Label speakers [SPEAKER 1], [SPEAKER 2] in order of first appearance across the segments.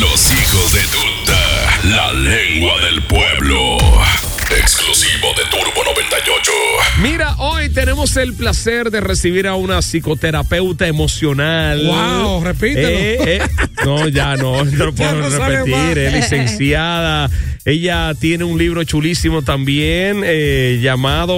[SPEAKER 1] Los hijos de tuta, la lengua del pueblo. Exclusivo de Turbo 98.
[SPEAKER 2] Mira, hoy tenemos el placer de recibir a una psicoterapeuta emocional.
[SPEAKER 3] Wow, repítelo.
[SPEAKER 2] Eh, eh, no, ya no, no lo puedo
[SPEAKER 3] no sale
[SPEAKER 2] repetir.
[SPEAKER 3] más.
[SPEAKER 2] Es licenciada. Ella tiene un libro chulísimo también eh, llamado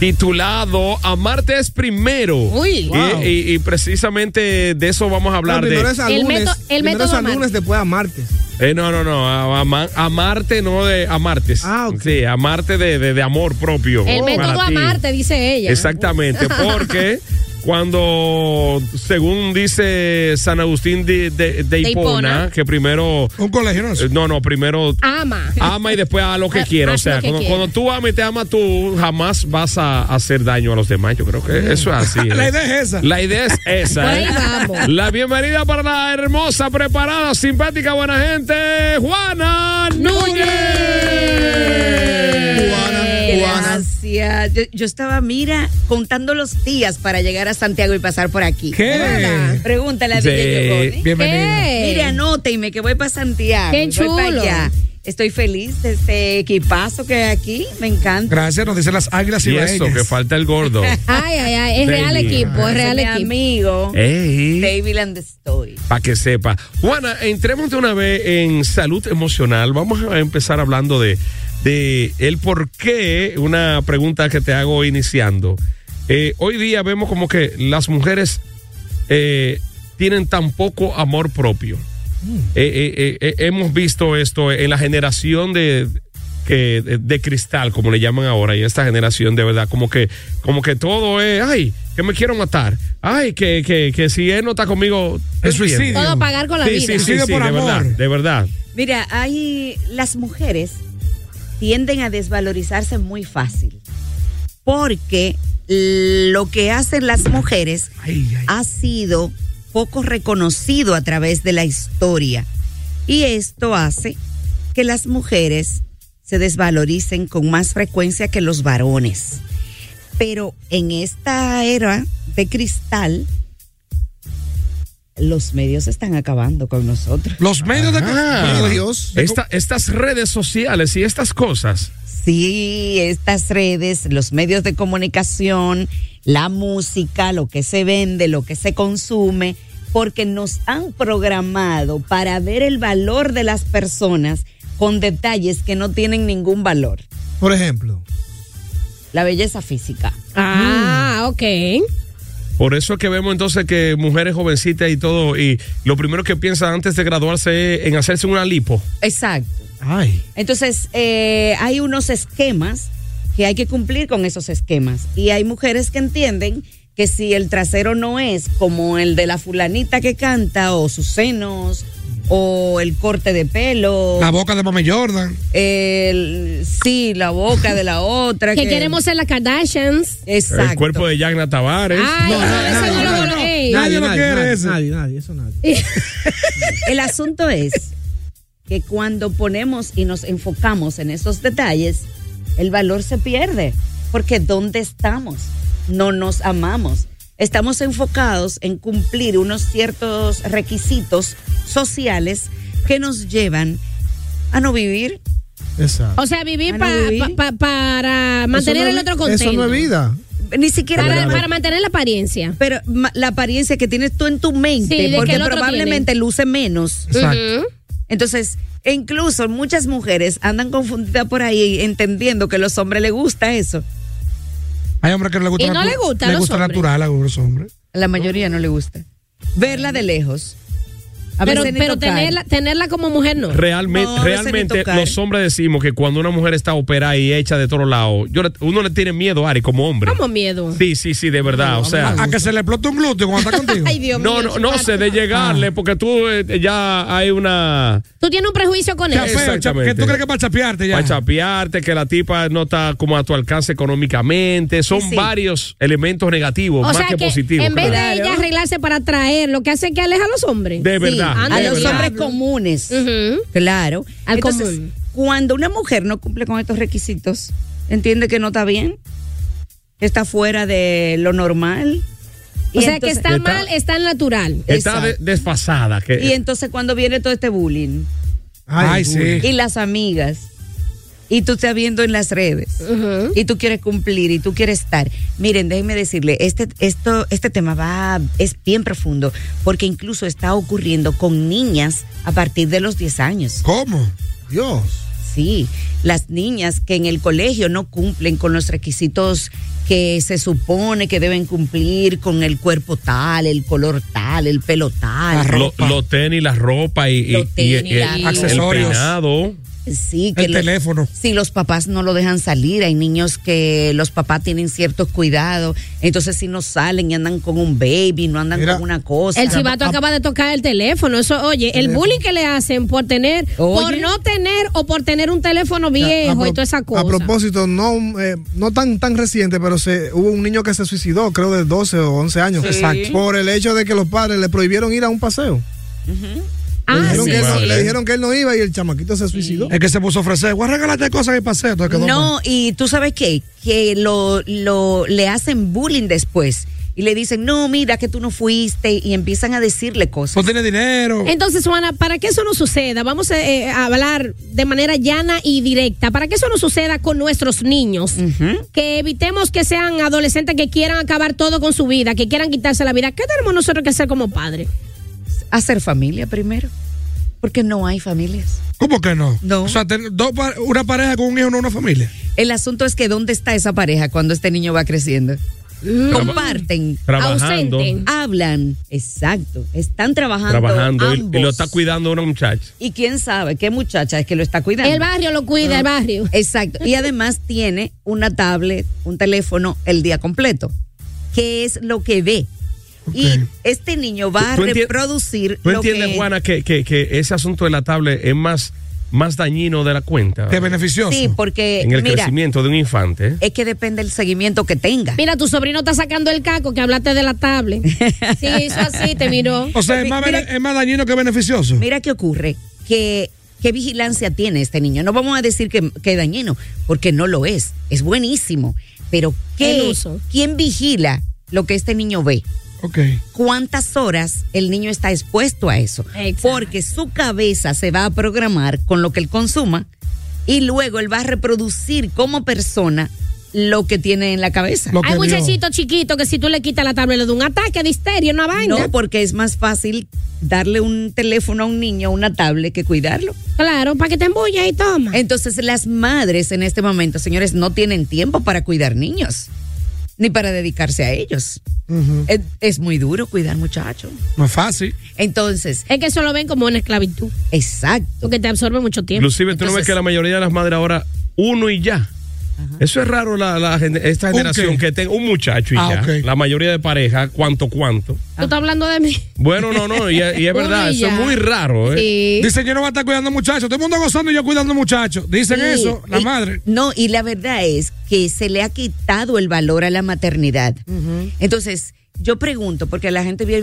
[SPEAKER 2] titulado Amarte es primero.
[SPEAKER 4] Uy.
[SPEAKER 2] Y-
[SPEAKER 3] Wow.
[SPEAKER 2] y, y precisamente de eso vamos a hablar.
[SPEAKER 3] No,
[SPEAKER 2] de,
[SPEAKER 3] primero es a
[SPEAKER 4] El
[SPEAKER 3] lunes,
[SPEAKER 4] método- el
[SPEAKER 3] primero es
[SPEAKER 4] método
[SPEAKER 3] a lunes,
[SPEAKER 4] Amar.
[SPEAKER 3] después a martes.
[SPEAKER 2] Eh, no, no, no. a- ama- amarte, no de amartes.
[SPEAKER 3] Ah, ok.
[SPEAKER 2] Sí, amarte de, de- de amor propio.
[SPEAKER 4] El
[SPEAKER 2] Oh, para
[SPEAKER 4] método
[SPEAKER 2] ti.
[SPEAKER 4] amarte, dice ella.
[SPEAKER 2] Exactamente, porque cuando, según dice San Agustín de, de- de Hipona,
[SPEAKER 4] Hipona.
[SPEAKER 2] que primero.
[SPEAKER 3] Un colegio no
[SPEAKER 2] eh, No, no, primero.
[SPEAKER 4] Ama.
[SPEAKER 2] Ama y después haz lo que
[SPEAKER 4] Ah,
[SPEAKER 2] quiera. O
[SPEAKER 4] haz
[SPEAKER 2] sea,
[SPEAKER 4] lo que
[SPEAKER 2] cuando,
[SPEAKER 4] quiera.
[SPEAKER 2] cuando tú amas y te amas, tú jamás vas a hacer daño a los demás. Yo creo que eso es así.
[SPEAKER 3] La
[SPEAKER 2] ¿eh?
[SPEAKER 3] idea es esa.
[SPEAKER 2] La idea es
[SPEAKER 4] Por
[SPEAKER 2] esa.
[SPEAKER 4] ahí
[SPEAKER 2] ¿eh?
[SPEAKER 4] vamos.
[SPEAKER 2] La bienvenida para la hermosa, preparada, simpática, buena gente, Juana Núñez.
[SPEAKER 5] Gracias. Yo, yo estaba, mira, contando los días para llegar a Santiago y pasar por aquí.
[SPEAKER 3] ¿Qué?
[SPEAKER 5] Pregúntale a
[SPEAKER 2] Sí.
[SPEAKER 5] DJ Giovanni.
[SPEAKER 3] Bienvenida.
[SPEAKER 5] Mire, anótenme que voy para Santiago.
[SPEAKER 4] Qué
[SPEAKER 5] y voy pa'
[SPEAKER 4] chulo.
[SPEAKER 5] allá. Estoy feliz de este equipazo que hay aquí. Me encanta.
[SPEAKER 3] Gracias, nos dicen las águilas
[SPEAKER 2] Y
[SPEAKER 3] y
[SPEAKER 2] eso, que falta el gordo.
[SPEAKER 4] Ay, ay, ay. Es real
[SPEAKER 2] Baby.
[SPEAKER 4] equipo, es real
[SPEAKER 5] Mi
[SPEAKER 4] equipo.
[SPEAKER 5] amigo,
[SPEAKER 2] Eh. Ey,
[SPEAKER 5] David Landestoy.
[SPEAKER 2] para que sepa. Juana, entremos de una vez en salud emocional. Vamos a empezar hablando de, de el por qué, una pregunta que te hago iniciando. Eh, hoy día vemos como que las mujeres eh, tienen tan poco amor propio.
[SPEAKER 3] Mm.
[SPEAKER 2] Eh, eh, eh, eh, hemos visto esto en la generación de, que, de, de cristal, como le llaman ahora, y esta generación de verdad, como que, como que todo es, ay, que me quiero matar, ay, que, que, que si él no está conmigo,
[SPEAKER 3] El
[SPEAKER 2] entiendo".
[SPEAKER 3] suicidio.
[SPEAKER 4] Todo pagar con la
[SPEAKER 2] Sí,
[SPEAKER 4] vida.
[SPEAKER 2] sí, sí,
[SPEAKER 3] Suicidio
[SPEAKER 2] sí,
[SPEAKER 3] por
[SPEAKER 2] de
[SPEAKER 3] amor.
[SPEAKER 2] verdad, de verdad.
[SPEAKER 5] Mira, hay las mujeres tienden a desvalorizarse muy fácil. Porque lo que hacen las mujeres
[SPEAKER 3] Ay, ay.
[SPEAKER 5] ha sido poco reconocido a través de la historia. Y esto hace que las mujeres se desvaloricen con más frecuencia que los varones. Pero en esta era de cristal, los medios están acabando con nosotros.
[SPEAKER 3] Los medios de
[SPEAKER 2] Ah.
[SPEAKER 3] Ay, Dios.
[SPEAKER 2] Esta- estas redes sociales y estas cosas.
[SPEAKER 5] Sí, estas redes, los medios de comunicación, la música, lo que se vende, lo que se consume, porque nos han programado para ver el valor de las personas con detalles que no tienen ningún valor.
[SPEAKER 3] Por ejemplo.
[SPEAKER 5] La belleza física.
[SPEAKER 4] Ah, ok.
[SPEAKER 2] Por eso es que vemos entonces que mujeres jovencitas y todo, y lo primero que piensan antes de graduarse es en hacerse una lipo.
[SPEAKER 5] Exacto.
[SPEAKER 3] Ay.
[SPEAKER 5] Entonces, eh, hay unos esquemas que hay que cumplir con esos esquemas. Y hay mujeres que entienden que si el trasero no es como el de la fulanita que canta, o sus senos, o el corte de pelo,
[SPEAKER 3] La boca de Mami Jordan.
[SPEAKER 5] el- sí, la boca de la otra.
[SPEAKER 4] Que queremos ser las Kardashians.
[SPEAKER 5] Exacto.
[SPEAKER 2] El cuerpo de Yagna Tavares.
[SPEAKER 4] Ay, no, eso no lo
[SPEAKER 3] no,
[SPEAKER 4] ey.
[SPEAKER 3] Nadie lo
[SPEAKER 6] nadie,
[SPEAKER 3] quiere
[SPEAKER 6] nadie,
[SPEAKER 3] ese.
[SPEAKER 6] Nadie, nadie, eso nadie.
[SPEAKER 5] El asunto es que cuando ponemos y nos enfocamos en esos detalles, el valor se pierde, porque ¿dónde estamos? No nos amamos. Estamos enfocados en cumplir unos ciertos requisitos sociales que nos llevan a no vivir.
[SPEAKER 6] Exacto.
[SPEAKER 4] O sea, vivir
[SPEAKER 5] Para
[SPEAKER 4] pa-
[SPEAKER 5] vivir.
[SPEAKER 4] pa- pa- para
[SPEAKER 6] Eso
[SPEAKER 4] mantener
[SPEAKER 6] no
[SPEAKER 4] el
[SPEAKER 6] es-
[SPEAKER 4] otro contento.
[SPEAKER 6] Eso no es vida.
[SPEAKER 5] ni siquiera
[SPEAKER 4] Para,
[SPEAKER 5] la-
[SPEAKER 4] para mantener la apariencia.
[SPEAKER 5] pero ma- la apariencia que tienes tú en tu mente,
[SPEAKER 4] Sí, de que
[SPEAKER 5] porque
[SPEAKER 4] el otro
[SPEAKER 5] probablemente luce menos.
[SPEAKER 3] Exacto.
[SPEAKER 4] Ujú.
[SPEAKER 5] Entonces, e incluso muchas mujeres andan confundidas por ahí entendiendo que a los hombres les gusta eso.
[SPEAKER 3] Hay hombres que no le gusta
[SPEAKER 4] Y no
[SPEAKER 3] natu-
[SPEAKER 4] le gusta a los
[SPEAKER 3] gusta
[SPEAKER 4] hombres.
[SPEAKER 3] natural a algunos hombres.
[SPEAKER 5] A la mayoría no le gusta. Verla de lejos. A
[SPEAKER 4] pero
[SPEAKER 5] veces ni
[SPEAKER 4] pero
[SPEAKER 5] tocar.
[SPEAKER 4] tenerla, tenerla como mujer no.
[SPEAKER 2] Realmente,
[SPEAKER 5] No, a veces ni
[SPEAKER 2] realmente
[SPEAKER 5] tocar.
[SPEAKER 2] los hombres decimos que cuando una mujer está operada y hecha de todos lados, yo le- uno le tiene miedo, Ari, como hombre.
[SPEAKER 4] Como miedo.
[SPEAKER 2] Sí, sí, sí, de verdad. o sea,
[SPEAKER 3] A que se le explota un glúteo cuando está contigo.
[SPEAKER 4] Ay, Dios
[SPEAKER 2] no,
[SPEAKER 4] mío.
[SPEAKER 2] no, no sé de llegarle, porque tú eh, ya hay una
[SPEAKER 4] Tú tienes un prejuicio con
[SPEAKER 3] Chapeo,
[SPEAKER 4] eso.
[SPEAKER 3] chap-
[SPEAKER 2] Exactamente.
[SPEAKER 3] que tú crees que es para chapearte ya.
[SPEAKER 2] para chapearte, que la tipa no está como a tu alcance económicamente. Son
[SPEAKER 5] Sí, sí.
[SPEAKER 2] varios elementos negativos,
[SPEAKER 4] O
[SPEAKER 2] Pues más
[SPEAKER 4] sea
[SPEAKER 2] que,
[SPEAKER 4] que,
[SPEAKER 2] positivos.
[SPEAKER 4] en vez
[SPEAKER 2] claro.
[SPEAKER 4] de ella arreglarse para traer, lo que hace es que aleja a los hombres.
[SPEAKER 2] De verdad.
[SPEAKER 4] anda
[SPEAKER 5] a
[SPEAKER 2] de
[SPEAKER 5] los
[SPEAKER 2] verdad.
[SPEAKER 5] hombres comunes.
[SPEAKER 4] Ujú.
[SPEAKER 5] Claro.
[SPEAKER 4] Al
[SPEAKER 5] Entonces,
[SPEAKER 4] común.
[SPEAKER 5] cuando una mujer no cumple con estos requisitos, entiende que no está bien, está fuera de lo normal.
[SPEAKER 4] O
[SPEAKER 5] Y
[SPEAKER 4] sea que
[SPEAKER 5] entonces-
[SPEAKER 4] está,
[SPEAKER 2] Está-
[SPEAKER 4] mal, está natural.
[SPEAKER 2] Está de-
[SPEAKER 5] Exacto.
[SPEAKER 2] desfasada. Que,
[SPEAKER 5] Y entonces cuando viene todo este bullying
[SPEAKER 3] Ay, sí.
[SPEAKER 5] y las amigas y tú estás viendo en las redes
[SPEAKER 4] Ujú.
[SPEAKER 5] y tú quieres cumplir y tú quieres estar. Miren, déjenme decirle, este esto este tema va es bien profundo porque incluso está ocurriendo con niñas a partir de los 10 años.
[SPEAKER 3] ¿Cómo? Dios.
[SPEAKER 5] Sí, las niñas que en el colegio no cumplen con los requisitos que se supone que deben cumplir con el cuerpo tal, el color tal, el pelo tal.
[SPEAKER 2] lo, lo tenis, la ropa y, y-
[SPEAKER 5] Lo
[SPEAKER 2] y-
[SPEAKER 5] tenis,
[SPEAKER 2] y-
[SPEAKER 5] la-
[SPEAKER 2] el
[SPEAKER 3] Accesorios.
[SPEAKER 2] peinado.
[SPEAKER 5] Sí, que
[SPEAKER 3] El
[SPEAKER 5] los-
[SPEAKER 3] teléfono.
[SPEAKER 5] si los papás no lo dejan salir, hay niños que los papás tienen ciertos cuidados, entonces si no salen y andan con un baby, no andan
[SPEAKER 3] Mira,
[SPEAKER 5] con una cosa.
[SPEAKER 4] El chivato acaba de tocar el teléfono. Eso, oye, el bullying que le hacen por tener,
[SPEAKER 5] Oye.
[SPEAKER 4] por no tener o por tener un teléfono viejo y toda esa cosa.
[SPEAKER 6] A propósito, no, eh, no tan, tan reciente, pero se, hubo un niño que se suicidó, creo de 12 o 11 años.
[SPEAKER 5] Exacto.
[SPEAKER 6] Por el hecho de que los padres le prohibieron ir a un paseo.
[SPEAKER 4] Ah,
[SPEAKER 6] le, dijeron
[SPEAKER 4] sí,
[SPEAKER 6] que él no,
[SPEAKER 4] sí.
[SPEAKER 6] le dijeron que él no iba y el chamaquito se suicidó.
[SPEAKER 3] Es que se puso a ofrecer. Voy a regalarte cosas en el paseo. Entonces quedó mal.
[SPEAKER 5] No, y tú sabes qué, que lo, lo le hacen bullying después y le dicen, no, mira que tú no fuiste y empiezan a decirle
[SPEAKER 3] No
[SPEAKER 5] cosas.
[SPEAKER 3] tiene dinero.
[SPEAKER 4] Entonces, Juana, para que eso no suceda, vamos a, eh, a hablar de manera llana y directa. Para que eso no suceda con nuestros niños, que evitemos que sean adolescentes que quieran acabar todo con su vida, que quieran quitarse la vida. ¿Qué tenemos nosotros que hacer como padres?
[SPEAKER 5] Hacer familia primero, porque no hay familias.
[SPEAKER 3] ¿Cómo que no?
[SPEAKER 5] No.
[SPEAKER 3] O sea, tener dos pa- una pareja con un hijo, no una familia.
[SPEAKER 5] El asunto es que dónde está esa pareja cuando este niño va creciendo. Comparten,
[SPEAKER 2] Trabajando.
[SPEAKER 4] Ausente.
[SPEAKER 5] hablan, exacto, están trabajando,
[SPEAKER 2] Trabajando. y- Y, lo
[SPEAKER 5] ambos.
[SPEAKER 2] está cuidando una muchacha.
[SPEAKER 5] Y quién sabe qué muchacha es que lo está cuidando.
[SPEAKER 4] El barrio lo cuida, el barrio.
[SPEAKER 5] Exacto. Y además tiene una tablet, un teléfono el día completo, que es lo que ve. Y este niño va a
[SPEAKER 2] ¿Tú enti-
[SPEAKER 5] reproducir
[SPEAKER 2] ¿Tú
[SPEAKER 5] lo
[SPEAKER 2] entiendes,
[SPEAKER 5] que
[SPEAKER 2] Juana, que, que- que ese asunto de la tablet es más, más dañino de la
[SPEAKER 6] Ah.
[SPEAKER 2] cuenta?
[SPEAKER 3] Qué beneficioso.
[SPEAKER 5] Sí,
[SPEAKER 4] pues.
[SPEAKER 5] porque
[SPEAKER 2] En el
[SPEAKER 5] mira,
[SPEAKER 2] crecimiento de un infante. ¿eh?
[SPEAKER 5] es que depende el seguimiento que tenga.
[SPEAKER 4] Mira, tu sobrino está sacando el caco que hablaste de la tablet. Sí, hizo así, te miró.
[SPEAKER 3] O sea, es más,
[SPEAKER 5] Mira-
[SPEAKER 3] bene- es más dañino que beneficioso.
[SPEAKER 5] Mira qué ocurre, que qué vigilancia tiene este niño. No vamos a decir que, que es dañino, porque no lo es. Es buenísimo. Pero ¿qué,
[SPEAKER 4] El uso.
[SPEAKER 5] ¿quién vigila lo que este niño ve?
[SPEAKER 3] Ok.
[SPEAKER 5] cuántas horas el niño está expuesto a eso.
[SPEAKER 4] Exacto.
[SPEAKER 5] Porque su cabeza se va a programar con lo que él consuma y luego él va a reproducir como persona lo que tiene en la cabeza.
[SPEAKER 3] Lo que
[SPEAKER 4] Hay
[SPEAKER 3] vio.
[SPEAKER 4] muchachitos chiquitos que si tú le quitas la tablet le da un ataque de histeria, una vaina.
[SPEAKER 5] No, porque es más fácil darle un teléfono a un niño, una tablet, que cuidarlo.
[SPEAKER 4] Claro, para que te embulla y toma.
[SPEAKER 5] Entonces las madres en este momento, señores, no tienen tiempo para cuidar niños, ni para dedicarse a ellos.
[SPEAKER 3] Ujú.
[SPEAKER 5] Es, es muy duro cuidar muchachos.
[SPEAKER 3] No es fácil.
[SPEAKER 5] Entonces,
[SPEAKER 4] Es que eso lo ven como una esclavitud,
[SPEAKER 5] exacto.
[SPEAKER 4] porque te absorbe mucho tiempo.
[SPEAKER 2] Inclusive tú no ves
[SPEAKER 5] Entonces-
[SPEAKER 2] que la mayoría de las madres ahora uno y ya. Eso es raro la, la gen- esta
[SPEAKER 3] ¿Un
[SPEAKER 2] generación
[SPEAKER 3] qué?
[SPEAKER 2] que tenga un muchacho y ya.
[SPEAKER 3] Ah, ok.
[SPEAKER 2] La mayoría de parejas, cuánto, cuánto.
[SPEAKER 4] Tú estás hablando de mí.
[SPEAKER 2] Bueno, no, no, y, es- y es
[SPEAKER 4] Uno
[SPEAKER 2] verdad,
[SPEAKER 4] y
[SPEAKER 2] eso es
[SPEAKER 4] ya.
[SPEAKER 2] muy raro. ¿eh?
[SPEAKER 4] Sí.
[SPEAKER 3] Dice, yo no voy a estar cuidando muchachos. Todo el mundo gozando y yo cuidando muchachos. Dicen
[SPEAKER 5] Sí,
[SPEAKER 3] eso, la
[SPEAKER 5] y-
[SPEAKER 3] madre.
[SPEAKER 5] No, y la verdad es que se le ha quitado el valor a la maternidad. Entonces, yo pregunto, porque la gente vive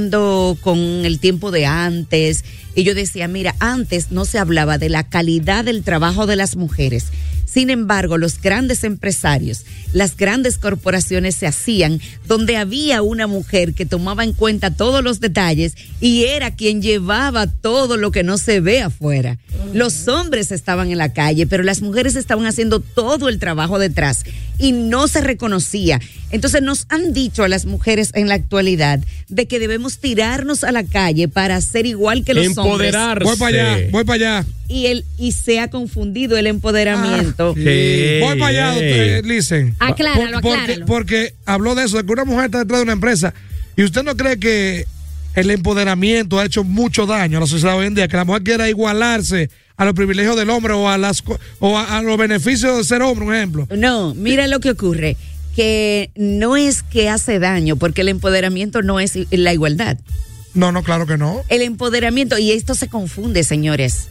[SPEAKER 5] comparando con el tiempo de antes, y yo decía, mira, antes no se hablaba de la calidad del trabajo de las mujeres, Sin embargo, los grandes empresarios, las grandes corporaciones se hacían donde había una mujer que tomaba en cuenta todos los detalles y era quien llevaba todo lo que no se ve afuera. Los hombres estaban en la calle, pero las mujeres estaban haciendo todo el trabajo detrás y no se reconocía. Entonces nos han dicho a las mujeres en la actualidad de que debemos tirarnos a la calle para ser igual que los hombres
[SPEAKER 2] Empoderarse.
[SPEAKER 3] Voy para allá, voy para allá.
[SPEAKER 5] y el y se ha confundido el
[SPEAKER 3] Ah.
[SPEAKER 5] empoderamiento.
[SPEAKER 2] Ey,
[SPEAKER 3] voy para allá,
[SPEAKER 2] ey.
[SPEAKER 3] doctor Licen.
[SPEAKER 4] Acláralo,
[SPEAKER 3] Por- porque-
[SPEAKER 4] acláralo.
[SPEAKER 3] Porque habló de eso, de que una mujer está detrás de una empresa. ¿Y usted no cree que el empoderamiento ha hecho mucho daño a la sociedad hoy en día? Que la mujer quiera igualarse a los privilegios del hombre o a las co- o a, a los beneficios de ser hombre, un ejemplo.
[SPEAKER 5] No, mira lo que ocurre, que no es que hace daño, porque el empoderamiento no es i- la igualdad.
[SPEAKER 3] No, no, claro que no.
[SPEAKER 5] El empoderamiento, y esto se confunde, señores.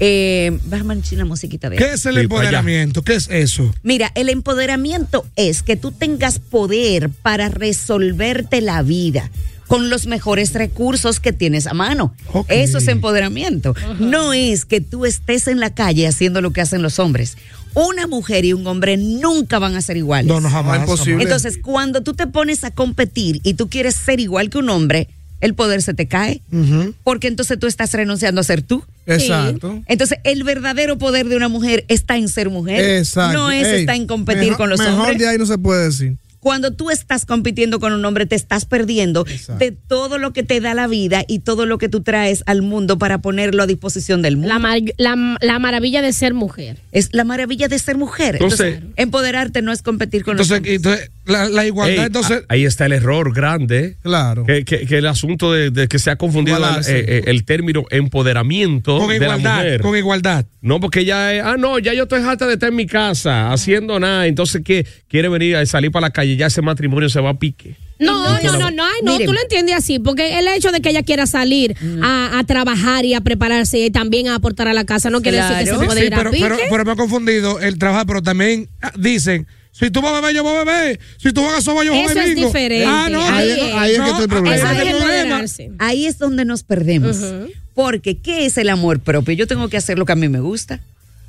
[SPEAKER 5] Eh, Bájame la musiquita de...
[SPEAKER 3] ¿Qué es el
[SPEAKER 2] Sí, para allá.
[SPEAKER 3] empoderamiento? ¿Qué es eso?
[SPEAKER 5] Mira, el empoderamiento es que tú tengas poder para resolverte la vida con los mejores recursos que tienes a mano.
[SPEAKER 3] Ok.
[SPEAKER 5] Eso es empoderamiento. No es que tú estés en la calle haciendo lo que hacen los hombres. Una mujer y un hombre nunca van a ser iguales.
[SPEAKER 3] No, no, jamás.
[SPEAKER 6] No, imposible.
[SPEAKER 3] jamás.
[SPEAKER 5] Entonces, cuando tú te pones a competir y tú quieres ser igual que un hombre, el poder se te cae,
[SPEAKER 3] Ujú.
[SPEAKER 5] porque entonces tú estás renunciando a ser tú.
[SPEAKER 6] Exacto.
[SPEAKER 5] Entonces, el verdadero poder de una mujer está en ser mujer.
[SPEAKER 6] Exacto.
[SPEAKER 5] No es
[SPEAKER 6] Ey,
[SPEAKER 5] está en competir
[SPEAKER 6] mejor-
[SPEAKER 5] con los
[SPEAKER 6] mejor
[SPEAKER 5] hombres.
[SPEAKER 6] de ahí no se puede decir.
[SPEAKER 5] Cuando tú estás compitiendo con un hombre, te estás perdiendo
[SPEAKER 6] Exacto.
[SPEAKER 5] de todo lo que te da la vida y todo lo que tú traes al mundo para ponerlo a disposición del mundo.
[SPEAKER 4] La, mar- la- la maravilla de ser mujer.
[SPEAKER 5] es la maravilla de ser mujer. Entonces,
[SPEAKER 2] Entonces-
[SPEAKER 5] empoderarte no es competir con
[SPEAKER 3] Entonces,
[SPEAKER 5] los hombres.
[SPEAKER 3] entonces, la, la igualdad,
[SPEAKER 2] Ey,
[SPEAKER 3] entonces.
[SPEAKER 2] a- ahí está el error grande.
[SPEAKER 6] Claro.
[SPEAKER 2] Que, que- que el asunto de, de que se ha confundido la-
[SPEAKER 6] Igualarse.
[SPEAKER 2] eh, eh, el término empoderamiento
[SPEAKER 3] Con
[SPEAKER 2] de la
[SPEAKER 3] igualdad,
[SPEAKER 2] mujer.
[SPEAKER 3] con igualdad.
[SPEAKER 2] No, porque ya es, ah, no, ya yo estoy harta de estar en mi casa haciendo nada. Entonces, que quiere venir a salir para la calle? Ya ese matrimonio se va a pique.
[SPEAKER 4] No, no, no, no, ay, no,
[SPEAKER 5] Miren. Mm.
[SPEAKER 4] tú lo entiendes así, porque el hecho de que ella quiera salir a, a trabajar y a prepararse y también a aportar a la casa no quiere decir que
[SPEAKER 5] Claro.
[SPEAKER 4] se puede
[SPEAKER 3] Sí,
[SPEAKER 4] ir
[SPEAKER 3] pero,
[SPEAKER 4] a pique.
[SPEAKER 3] pero, pero me ha confundido el trabajar, pero también ah, dicen, si tú vas a beber, yo voy a beber. Si tú vas a sobar, yo voy a
[SPEAKER 4] Eso
[SPEAKER 3] beber.
[SPEAKER 4] es
[SPEAKER 3] bingo.
[SPEAKER 4] diferente.
[SPEAKER 3] Ah, no,
[SPEAKER 4] Ahí
[SPEAKER 3] no,
[SPEAKER 4] es- ahí
[SPEAKER 6] es que está el
[SPEAKER 3] no,
[SPEAKER 6] problema.
[SPEAKER 3] ahí
[SPEAKER 4] Eso
[SPEAKER 3] está
[SPEAKER 4] es
[SPEAKER 3] el problema.
[SPEAKER 4] empoderarse.
[SPEAKER 5] Ahí es donde nos perdemos.
[SPEAKER 4] Ujú.
[SPEAKER 5] Porque, ¿qué es el amor propio? Yo tengo que hacer lo que a mí me gusta.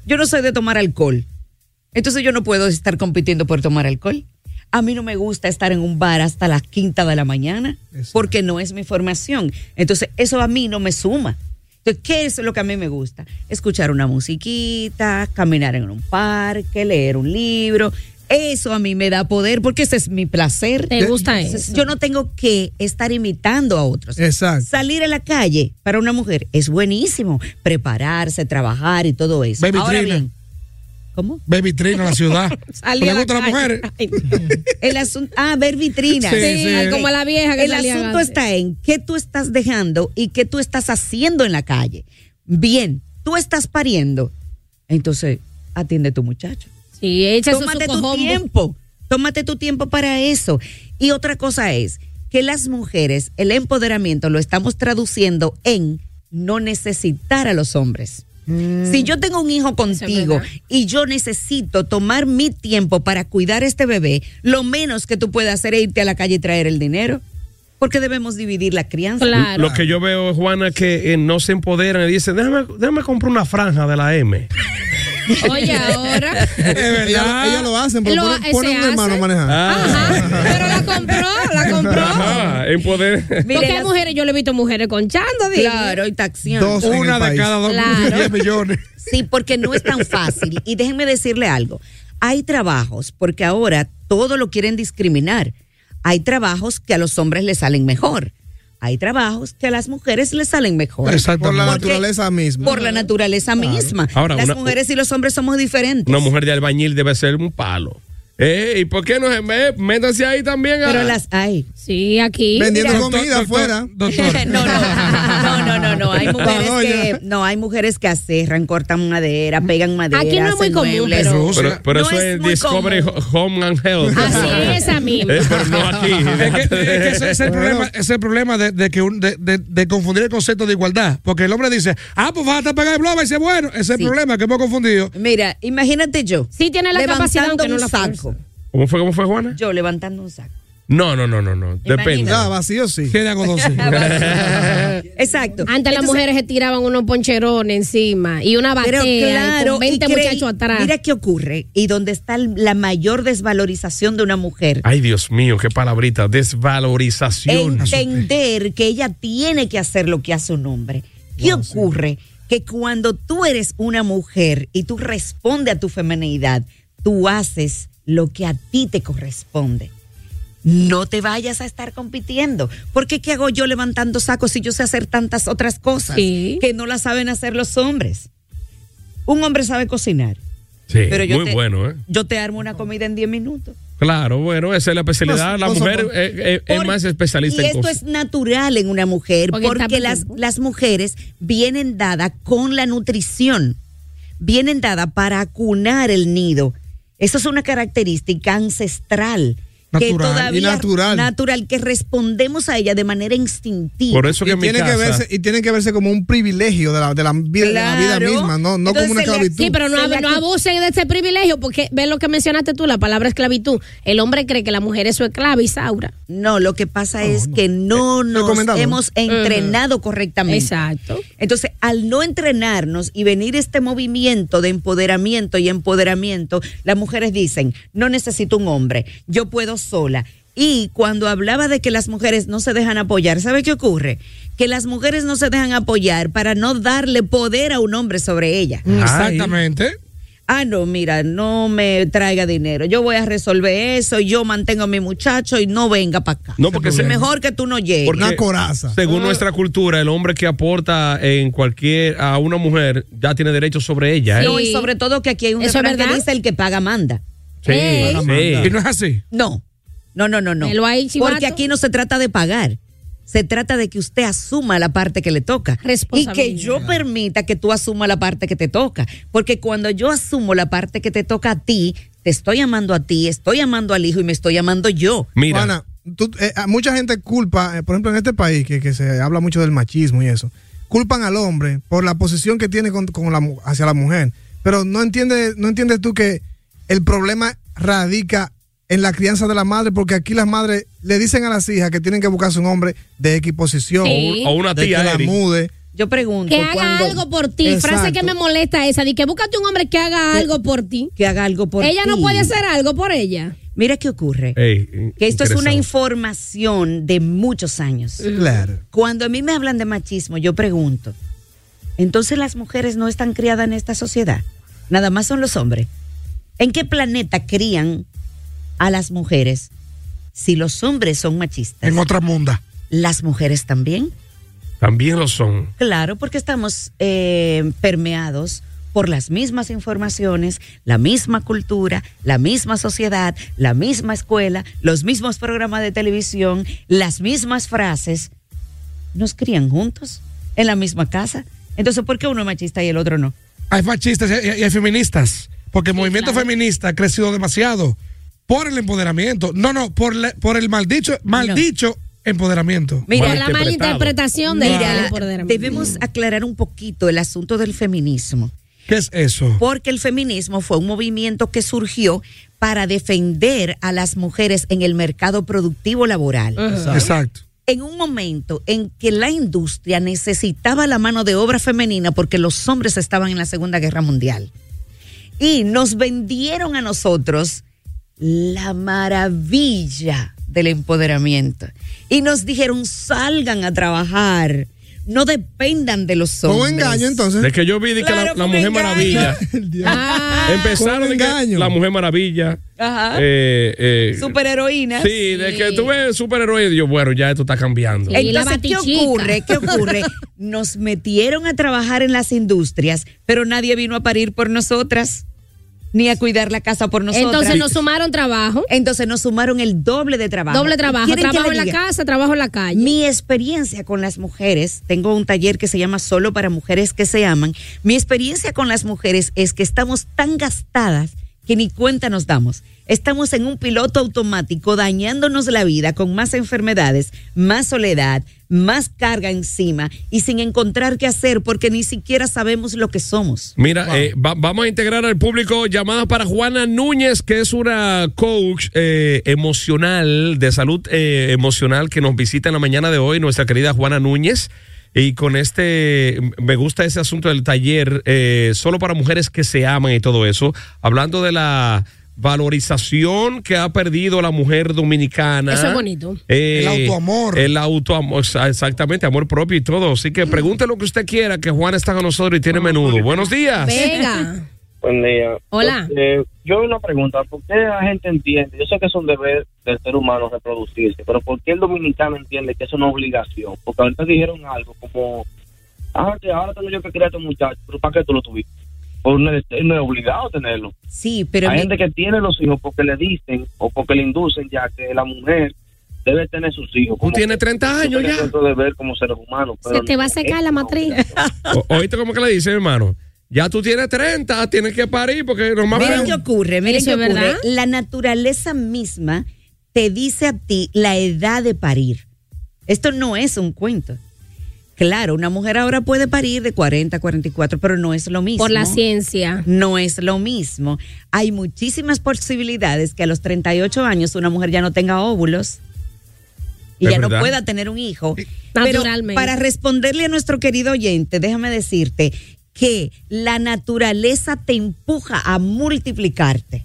[SPEAKER 5] Yo no soy de tomar alcohol. Entonces yo no puedo estar compitiendo por tomar alcohol. A mí no me gusta estar en un bar hasta las quinta de la mañana porque no es mi formación. Entonces eso a mí no me suma. Entonces, ¿qué es lo que a mí me gusta? Escuchar una musiquita, caminar en un parque, leer un libro. Eso a mí me da poder porque ese es mi placer.
[SPEAKER 4] Te gusta
[SPEAKER 5] Entonces,
[SPEAKER 4] eso.
[SPEAKER 5] Yo no tengo que estar imitando a otros.
[SPEAKER 6] Exacto.
[SPEAKER 5] Salir a la calle para una mujer es buenísimo. Prepararse, trabajar y todo eso.
[SPEAKER 3] Baby
[SPEAKER 5] Ahora
[SPEAKER 3] Trina.
[SPEAKER 5] bien, ¿cómo?
[SPEAKER 3] Baby Trina, la ciudad.
[SPEAKER 4] Salí
[SPEAKER 3] ¿Le
[SPEAKER 4] a la
[SPEAKER 3] gustan las
[SPEAKER 4] calle.
[SPEAKER 3] mujeres?
[SPEAKER 4] Ay,
[SPEAKER 5] El asunto, ah, ver vitrinas.
[SPEAKER 3] Sí, Sí, sí.
[SPEAKER 4] ay, como la vieja que
[SPEAKER 5] El
[SPEAKER 4] salía
[SPEAKER 5] asunto
[SPEAKER 4] antes.
[SPEAKER 5] está en qué tú estás dejando y qué tú estás haciendo en la calle. Bien, tú estás pariendo. Entonces, atiende a tu muchacho.
[SPEAKER 4] Sí, echa su
[SPEAKER 5] Tómate tu
[SPEAKER 4] socojombo.
[SPEAKER 5] tiempo. Tómate tu tiempo para eso. Y otra cosa es que las mujeres, el empoderamiento lo estamos traduciendo en no necesitar a los hombres. Si yo tengo un hijo contigo
[SPEAKER 4] Mm. verdad.
[SPEAKER 5] y yo necesito tomar mi tiempo para cuidar este bebé, lo menos que tú puedas hacer es irte a la calle y traer el dinero, porque debemos dividir la crianza.
[SPEAKER 4] Claro.
[SPEAKER 2] Lo que yo veo, Juana, que eh, no se empoderan y dicen, déjame, déjame comprar una franja de la M.
[SPEAKER 4] Oye, ahora.
[SPEAKER 3] Es verdad.
[SPEAKER 6] Ella, ella lo hacen, pero
[SPEAKER 4] Lo-
[SPEAKER 6] ponen,
[SPEAKER 4] se
[SPEAKER 6] ponen un
[SPEAKER 4] hace. Ah,
[SPEAKER 6] hermano a manejar.
[SPEAKER 4] Ajá. Pero la compró, la compró.
[SPEAKER 2] Ajá, empoder-
[SPEAKER 5] Mire,
[SPEAKER 4] Porque hay
[SPEAKER 5] las-
[SPEAKER 4] mujeres, yo le he visto mujeres conchando, dime.
[SPEAKER 5] Claro, y taxiando.
[SPEAKER 6] Dos en
[SPEAKER 3] Una
[SPEAKER 6] el
[SPEAKER 3] de
[SPEAKER 6] país.
[SPEAKER 3] cada dos
[SPEAKER 4] Claro.
[SPEAKER 3] 10 millones.
[SPEAKER 5] Sí, porque no es tan fácil. Y déjenme decirle algo. Hay trabajos, porque ahora todo lo quieren discriminar. Hay trabajos que a los hombres les salen mejor. Hay trabajos que a las mujeres les salen mejor.
[SPEAKER 3] Exactamente.
[SPEAKER 6] Por la
[SPEAKER 5] Porque-
[SPEAKER 6] naturaleza misma.
[SPEAKER 5] Por la naturaleza misma.
[SPEAKER 2] Ahora,
[SPEAKER 5] las
[SPEAKER 2] una-
[SPEAKER 5] mujeres y los hombres somos diferentes.
[SPEAKER 2] Una mujer de albañil debe ser un palo. Eh, ¿Y por qué no se me- métanse ahí también? ah?
[SPEAKER 5] pero las hay.
[SPEAKER 4] Sí, aquí.
[SPEAKER 6] Vendiendo
[SPEAKER 3] Doctor,
[SPEAKER 6] comida
[SPEAKER 3] doctor,
[SPEAKER 6] afuera.
[SPEAKER 3] Doctor.
[SPEAKER 5] No, no, no, no, no, no. Hay mujeres
[SPEAKER 6] No,
[SPEAKER 5] que no, hay mujeres que aserran, cortan madera, pegan madera,
[SPEAKER 4] Aquí no es muy
[SPEAKER 5] hacen
[SPEAKER 4] común,
[SPEAKER 5] muebles.
[SPEAKER 4] pero-
[SPEAKER 2] Pero, pero
[SPEAKER 5] No
[SPEAKER 2] eso
[SPEAKER 5] es
[SPEAKER 2] es,
[SPEAKER 5] muy
[SPEAKER 2] Discovery
[SPEAKER 5] común.
[SPEAKER 2] Home and Health.
[SPEAKER 4] Así es, amigo.
[SPEAKER 2] Eh, pero no aquí.
[SPEAKER 3] Es que, es que ese es el problema, ese es el problema de, de que un- de, de- de confundir el concepto de igualdad. Porque el hombre dice, ah, pues vas a pegar el blog y dice, bueno, ese es el
[SPEAKER 5] Sí.
[SPEAKER 3] problema que hemos confundido.
[SPEAKER 5] Mira, imagínate yo.
[SPEAKER 4] Sí tiene la capacidad,
[SPEAKER 5] levantando
[SPEAKER 4] aunque no
[SPEAKER 5] un
[SPEAKER 4] la fuerza.
[SPEAKER 5] saco.
[SPEAKER 2] ¿Cómo fue, cómo fue, Juana?
[SPEAKER 5] Yo levantando un saco.
[SPEAKER 2] No, no, no, no, no. Depende.
[SPEAKER 6] Nada, Ah, vacío sí.
[SPEAKER 3] Tiene algodoncillo.
[SPEAKER 5] Exacto.
[SPEAKER 4] Antes las
[SPEAKER 5] Entonces,
[SPEAKER 4] mujeres se tiraban unos poncherones encima y una
[SPEAKER 5] Pero
[SPEAKER 4] batea y
[SPEAKER 5] claro,
[SPEAKER 4] con 20
[SPEAKER 5] y cree-
[SPEAKER 4] muchachos atrás.
[SPEAKER 5] Mira qué ocurre y donde está la mayor desvalorización de una mujer.
[SPEAKER 2] Ay, Dios mío, qué palabrita. Desvalorización.
[SPEAKER 5] entender que ella tiene que hacer lo que hace un hombre. ¿Qué ocurre? Que cuando tú eres una mujer y tú respondes a tu feminidad, tú haces lo que a ti te corresponde. No te vayas a estar compitiendo. Porque ¿qué hago yo levantando sacos si yo sé hacer tantas otras cosas
[SPEAKER 4] Sí.
[SPEAKER 5] que no las saben hacer los hombres? Un hombre sabe cocinar.
[SPEAKER 2] Sí,
[SPEAKER 5] Pero yo
[SPEAKER 2] muy
[SPEAKER 5] te-
[SPEAKER 2] bueno, ¿eh?
[SPEAKER 5] Yo te armo una comida en 10 minutos.
[SPEAKER 2] Claro, bueno, esa es la especialidad.
[SPEAKER 6] No,
[SPEAKER 2] La
[SPEAKER 6] no son-
[SPEAKER 2] mujer eh, eh, es
[SPEAKER 5] Por-
[SPEAKER 2] más especialista
[SPEAKER 5] y
[SPEAKER 2] en
[SPEAKER 5] esto
[SPEAKER 2] cosas.
[SPEAKER 5] es natural en una mujer
[SPEAKER 4] Porque
[SPEAKER 5] porque,
[SPEAKER 4] está
[SPEAKER 5] las,
[SPEAKER 4] bien.
[SPEAKER 5] las mujeres vienen dadas con la nutrición, vienen dadas para acunar el nido. Eso es una característica ancestral. que
[SPEAKER 3] Natural, y
[SPEAKER 5] todavía
[SPEAKER 6] natural.
[SPEAKER 5] natural, que respondemos a ella de manera instintiva.
[SPEAKER 2] Por eso que
[SPEAKER 6] Y
[SPEAKER 2] en mi
[SPEAKER 6] tiene,
[SPEAKER 2] casa.
[SPEAKER 6] que verse, y tiene que verse como un privilegio de la, de la, vida, de la vida
[SPEAKER 5] Claro.
[SPEAKER 6] misma, no, no
[SPEAKER 5] Entonces
[SPEAKER 6] como una
[SPEAKER 5] se le-
[SPEAKER 6] esclavitud.
[SPEAKER 4] Sí, pero no,
[SPEAKER 5] Se le
[SPEAKER 4] ab- no
[SPEAKER 5] acti-
[SPEAKER 4] abusen de ese privilegio porque ves lo que mencionaste tú, la palabra esclavitud. El hombre cree que la mujer es su esclava y Saura.
[SPEAKER 5] No, lo que pasa es que no nos
[SPEAKER 6] recomendado.
[SPEAKER 5] hemos entrenado correctamente.
[SPEAKER 4] Exacto.
[SPEAKER 5] Entonces, al no entrenarnos y venir este movimiento de empoderamiento y empoderamiento, las mujeres dicen, no necesito un hombre, yo puedo sola. Y cuando hablaba de que las mujeres no se dejan apoyar, ¿sabe qué ocurre? Que las mujeres no se dejan apoyar para no darle poder a un hombre sobre ella.
[SPEAKER 3] Exactamente.
[SPEAKER 5] Ah, no, mira, no me traiga dinero. Yo voy a resolver eso, yo mantengo a mi muchacho y no venga para acá.
[SPEAKER 2] No, porque
[SPEAKER 5] Es
[SPEAKER 2] se-
[SPEAKER 5] mejor que tú no llegues.
[SPEAKER 2] Porque
[SPEAKER 6] Una coraza.
[SPEAKER 2] Según nuestra cultura, el hombre que aporta en cualquier a una mujer ya tiene derecho sobre ella. ¿eh?
[SPEAKER 5] No, y sobre todo que aquí hay un
[SPEAKER 4] ¿Eso es
[SPEAKER 5] refrán que
[SPEAKER 4] verdad?
[SPEAKER 5] dice el que paga manda.
[SPEAKER 2] Sí,
[SPEAKER 4] Ey.
[SPEAKER 2] sí.
[SPEAKER 3] Y no es así.
[SPEAKER 5] No, no, no, no, no.
[SPEAKER 4] Velo ahí, chivato.
[SPEAKER 5] Porque aquí no se trata de pagar. Se trata de que usted asuma la parte que le toca. Y
[SPEAKER 4] Responsabilidad.
[SPEAKER 5] que yo permita que tú asuma la parte que te toca. Porque cuando yo asumo la parte que te toca a ti, te estoy amando a ti, estoy amando al hijo y me estoy amando yo.
[SPEAKER 2] Mira,
[SPEAKER 6] Juana, tú- eh, a mucha gente culpa, eh, por ejemplo, en este país, que, que se habla mucho del machismo y eso, culpan al hombre por la posición que tiene con, con la, mu- hacia la mujer. Pero no entiendes no entiendes tú que el problema radica en la crianza de la madre, porque aquí las madres le dicen a las hijas que tienen que buscarse un hombre de X posición,
[SPEAKER 4] Sí.
[SPEAKER 2] o una
[SPEAKER 6] de que
[SPEAKER 2] tía
[SPEAKER 6] la
[SPEAKER 2] Eric.
[SPEAKER 6] mude.
[SPEAKER 5] Yo pregunto.
[SPEAKER 4] Que haga
[SPEAKER 5] cuando-
[SPEAKER 4] algo por ti.
[SPEAKER 6] Exacto.
[SPEAKER 4] Frase que me molesta esa. De que búscate un hombre que haga algo por ti.
[SPEAKER 5] Que haga algo por
[SPEAKER 4] ella no
[SPEAKER 5] ti.
[SPEAKER 4] puede hacer algo por ella.
[SPEAKER 5] Mira qué ocurre.
[SPEAKER 2] Ey,
[SPEAKER 5] que esto es una
[SPEAKER 2] interesante.
[SPEAKER 5] información de muchos años.
[SPEAKER 6] Claro.
[SPEAKER 5] Cuando a mí me hablan de machismo, yo pregunto, entonces las mujeres no están criadas en esta sociedad, nada más son los hombres. ¿En qué planeta crían a las mujeres si los hombres son machistas?
[SPEAKER 3] En otra munda.
[SPEAKER 5] ¿Las mujeres también?
[SPEAKER 2] También lo son.
[SPEAKER 5] Claro, porque estamos eh, permeados por las mismas informaciones, la misma cultura, la misma sociedad, la misma escuela, los mismos programas de televisión, las mismas frases. Nos crían juntos, en la misma casa. Entonces, ¿por qué uno es machista y el otro no?
[SPEAKER 3] Hay fascistas y hay, y hay feministas. Porque el movimiento feminista ha crecido demasiado por el empoderamiento. No, no, por, la- por el maldicho, maldicho empoderamiento.
[SPEAKER 5] Mira,
[SPEAKER 4] por la
[SPEAKER 2] malinterpretado.
[SPEAKER 4] mala interpretación de
[SPEAKER 5] Mira,
[SPEAKER 4] del poder.
[SPEAKER 5] debemos aclarar un poquito el asunto del feminismo.
[SPEAKER 3] ¿Qué es eso?
[SPEAKER 5] porque el feminismo fue un movimiento que surgió para defender a las mujeres en el mercado productivo laboral.
[SPEAKER 3] Exacto.
[SPEAKER 5] En un momento en que la industria necesitaba la mano de obra femenina porque los hombres estaban en la Segunda Guerra Mundial. Y nos vendieron a nosotros la maravilla del empoderamiento. Y nos dijeron, salgan a trabajar, no dependan de los
[SPEAKER 6] Fue
[SPEAKER 5] hombres.
[SPEAKER 6] un engaño entonces.
[SPEAKER 2] De que yo vi de que la- la,
[SPEAKER 5] Claro, fue un
[SPEAKER 2] Mujer
[SPEAKER 5] engaño.
[SPEAKER 2] Maravilla.
[SPEAKER 4] Ah.
[SPEAKER 2] Empezaron
[SPEAKER 6] Fue un
[SPEAKER 2] de que
[SPEAKER 6] engaño.
[SPEAKER 2] la Mujer Maravilla.
[SPEAKER 5] Ajá.
[SPEAKER 2] eh, eh,
[SPEAKER 5] Superheroínas.
[SPEAKER 2] Sí, de que tú ves superhéroe y yo, bueno, ya esto está cambiando.
[SPEAKER 4] Sí. Y la
[SPEAKER 5] Entonces, ¿qué
[SPEAKER 4] batichica.
[SPEAKER 5] ocurre? ¿Qué ocurre? Nos metieron a trabajar en las industrias, pero nadie vino a parir por nosotras, ni a cuidar la casa por nosotras.
[SPEAKER 4] Entonces nos sumaron trabajo.
[SPEAKER 5] Entonces nos sumaron el doble de trabajo.
[SPEAKER 4] Doble trabajo.
[SPEAKER 5] ¿Quieren que
[SPEAKER 4] Trabajo
[SPEAKER 5] le
[SPEAKER 4] en la
[SPEAKER 5] diga?
[SPEAKER 4] casa, trabajo en la calle.
[SPEAKER 5] Mi experiencia con las mujeres, tengo un taller que se llama Solo para mujeres que se aman. Mi experiencia con las mujeres es que estamos tan gastadas que ni cuenta nos damos. Estamos en un piloto automático dañándonos la vida con más enfermedades, más soledad, más carga encima y sin encontrar qué hacer porque ni siquiera sabemos lo que somos.
[SPEAKER 2] Mira, eh, va- vamos a integrar al público llamadas para Juana Núñez, que es una coach eh, emocional, de salud eh, emocional, que nos visita en la mañana de hoy, nuestra querida Juana Núñez. Y con este, me gusta ese asunto del taller, eh, solo para mujeres que se aman y todo eso, hablando de la valorización que ha perdido la mujer dominicana.
[SPEAKER 4] Eso es bonito.
[SPEAKER 2] Eh,
[SPEAKER 3] El autoamor.
[SPEAKER 2] El autoamor, exa- exactamente, amor propio y todo. Así que pregunte lo que usted quiera, que Juana está con nosotros y tiene menudo. Buenos días.
[SPEAKER 4] Venga.
[SPEAKER 7] Buen día.
[SPEAKER 4] Hola.
[SPEAKER 7] Eh, yo una pregunta, ¿por qué la gente entiende? Yo sé que es un deber del ser humano reproducirse, pero ¿por qué el dominicano entiende que es una obligación? Porque ahorita dijeron algo como, ah, que ahora tengo yo que criar a este muchacho, pero ¿para qué tú lo tuviste? Pues no es, no es obligado tenerlo.
[SPEAKER 5] Sí, pero
[SPEAKER 7] Hay
[SPEAKER 5] mi-
[SPEAKER 7] gente que tiene los hijos porque le dicen o porque le inducen ya que la mujer debe tener sus hijos.
[SPEAKER 2] Tú tienes 30 años ya.
[SPEAKER 7] Es otro deber como seres humanos.
[SPEAKER 4] Se te va a secar la matriz.
[SPEAKER 2] O- Oíste cómo que le dice, mi hermano. Ya tú tienes 30, tienes que parir porque nomás...
[SPEAKER 5] Miren qué ocurre, miren
[SPEAKER 4] Eso
[SPEAKER 5] qué
[SPEAKER 4] es
[SPEAKER 5] ocurre.
[SPEAKER 4] verdad.
[SPEAKER 5] La naturaleza misma te dice a ti la edad de parir. Esto no es un cuento. Claro, una mujer ahora puede parir de 40 a 44, pero no es lo mismo.
[SPEAKER 4] Por la ciencia.
[SPEAKER 5] No es lo mismo. Hay muchísimas posibilidades que a los 38 años una mujer ya no tenga óvulos y
[SPEAKER 2] Es
[SPEAKER 5] ya
[SPEAKER 2] verdad.
[SPEAKER 5] no pueda tener un hijo.
[SPEAKER 4] Naturalmente.
[SPEAKER 5] Pero para responderle a nuestro querido oyente, déjame decirte que la naturaleza te empuja a multiplicarte.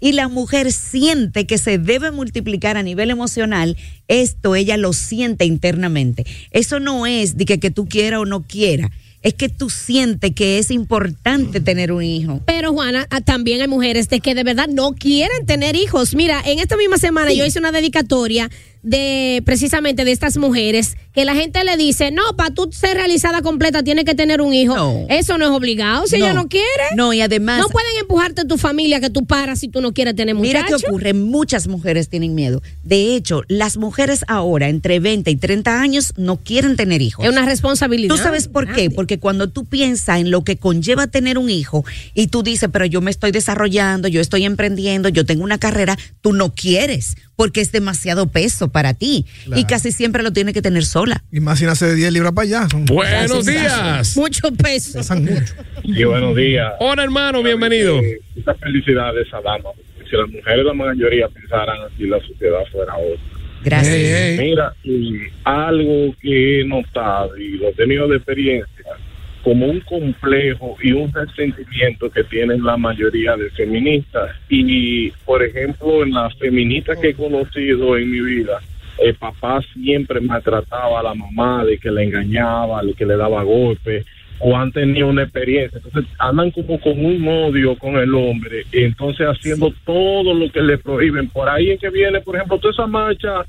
[SPEAKER 5] Y la mujer siente que se debe multiplicar a nivel emocional, esto ella lo siente internamente. Eso no es de que, que tú quieras o no quieras, es que tú sientes que es importante tener un hijo.
[SPEAKER 4] Pero Juana, ah, también hay mujeres de que de verdad no quieren tener hijos. Mira, en esta misma semana yo hice una dedicatoria de precisamente de estas mujeres que la gente le dice, no, para tú ser realizada completa tienes que tener un hijo.
[SPEAKER 5] No.
[SPEAKER 4] Eso no es obligado, si ella no quiere.
[SPEAKER 5] No, y además.
[SPEAKER 4] No pueden empujarte tu familia que tú paras si tú no quieres tener muchachos.
[SPEAKER 5] Mira qué ocurre, muchas mujeres tienen miedo. De hecho, las mujeres ahora entre 20 y 30 años no quieren tener hijos.
[SPEAKER 4] Es una responsabilidad.
[SPEAKER 5] ¿Tú sabes por qué?
[SPEAKER 4] grande.
[SPEAKER 5] Porque cuando tú piensas en lo que conlleva tener un hijo y tú dices, pero yo me estoy desarrollando, yo estoy emprendiendo, yo tengo una carrera, tú no quieres porque es demasiado peso para ti y casi siempre lo tienes que tener sola.
[SPEAKER 6] Y más sin hacer 10 libras para allá. Son-
[SPEAKER 2] Buenos días.
[SPEAKER 4] Mucho peso.
[SPEAKER 6] pesan mucho.
[SPEAKER 7] Y buenos días.
[SPEAKER 2] Hola, hermano, bienvenido.
[SPEAKER 7] Eh, esa felicidad de esa dama. Si las mujeres, la mayoría, pensaran así, la sociedad fuera otra.
[SPEAKER 5] Gracias.
[SPEAKER 3] Ey, ey.
[SPEAKER 7] Mira, y algo que he notado y lo he tenido de experiencia, como un complejo y un resentimiento que tienen la mayoría de feministas. Y, por ejemplo, en las feministas que he conocido en mi vida, el papá siempre maltrataba a la mamá de que le engañaba, de que le daba golpes o han tenido una experiencia. Entonces andan como con un odio con el hombre, y entonces haciendo todo lo que le prohíben. Por ahí es que viene, por ejemplo, toda esa marcha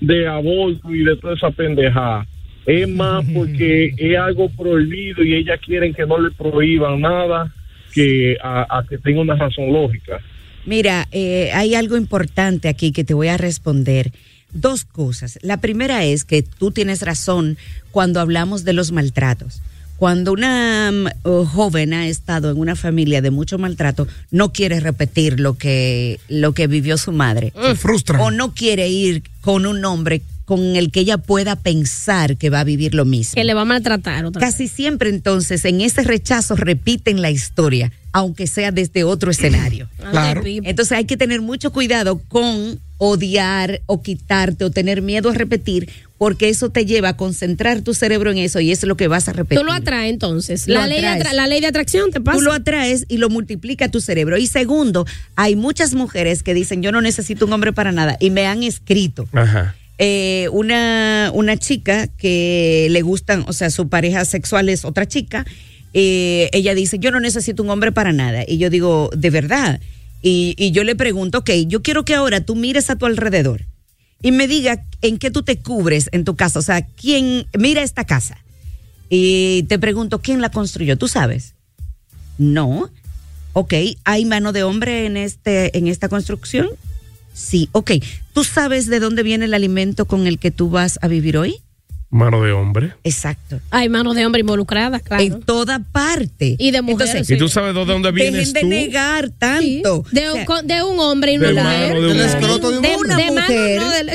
[SPEAKER 7] de aborto y de toda esa pendejada. Es más porque es algo prohibido y ellas quieren que no le prohíban nada que a, a que tenga una razón lógica.
[SPEAKER 5] Mira, eh, hay algo importante aquí que te voy a responder. Dos cosas. La primera es que tú tienes razón cuando hablamos de los maltratos. Cuando una mm, eh, joven ha estado en una familia de mucho maltrato, no quiere repetir lo que, lo que vivió su madre.
[SPEAKER 3] Se frustran.
[SPEAKER 5] O no quiere ir con un hombre con el que ella pueda pensar que va a vivir lo mismo.
[SPEAKER 4] Que le va a maltratar otra vez.
[SPEAKER 5] Casi siempre entonces en ese rechazo repiten la historia, aunque sea desde otro escenario.
[SPEAKER 4] Ande,
[SPEAKER 3] Claro.
[SPEAKER 4] pipo.
[SPEAKER 5] Entonces hay que tener mucho cuidado con odiar o quitarte o tener miedo a repetir, porque eso te lleva a concentrar tu cerebro en eso y eso es lo que vas a repetir.
[SPEAKER 4] Tú lo atraes entonces.
[SPEAKER 5] Lo
[SPEAKER 4] La ley, de
[SPEAKER 5] atraes.
[SPEAKER 4] atra- la ley de atracción te pasa.
[SPEAKER 5] Tú lo atraes y lo multiplica tu cerebro. Y segundo, hay muchas mujeres que dicen, yo no necesito un hombre para nada, y me han escrito
[SPEAKER 2] Ajá.
[SPEAKER 5] eh, una, una chica que le gustan, o sea, su pareja sexual es otra chica. eh, ella dice, yo no necesito un hombre para nada. Y yo digo, de verdad. Y, y yo le pregunto, ok, yo quiero que ahora tú mires a tu alrededor y me diga en qué tú te cubres en tu casa. O sea, ¿quién mira esta casa? Y te pregunto, ¿quién la construyó? ¿Tú sabes? No. Ok, ¿hay mano de hombre en, este, en esta construcción? Sí, ok. ¿Tú sabes de dónde viene el alimento con el que tú vas a vivir hoy?
[SPEAKER 2] Mano de hombre.
[SPEAKER 5] Exacto.
[SPEAKER 4] Hay manos de hombre involucradas, claro.
[SPEAKER 5] En toda parte.
[SPEAKER 4] Y de mujeres,
[SPEAKER 5] Entonces,
[SPEAKER 4] Sí.
[SPEAKER 2] ¿Y tú sabes de dónde vienes
[SPEAKER 5] dejen de
[SPEAKER 2] tú?
[SPEAKER 5] negar
[SPEAKER 4] Sí.
[SPEAKER 5] tanto.
[SPEAKER 4] De,
[SPEAKER 5] O sea,
[SPEAKER 4] con- de un hombre y una
[SPEAKER 2] de
[SPEAKER 4] mujer.
[SPEAKER 2] mano de un
[SPEAKER 6] El
[SPEAKER 2] hombre.
[SPEAKER 6] escroto de un
[SPEAKER 4] De-
[SPEAKER 5] una
[SPEAKER 4] de mano,
[SPEAKER 5] mujer.
[SPEAKER 4] no, de la-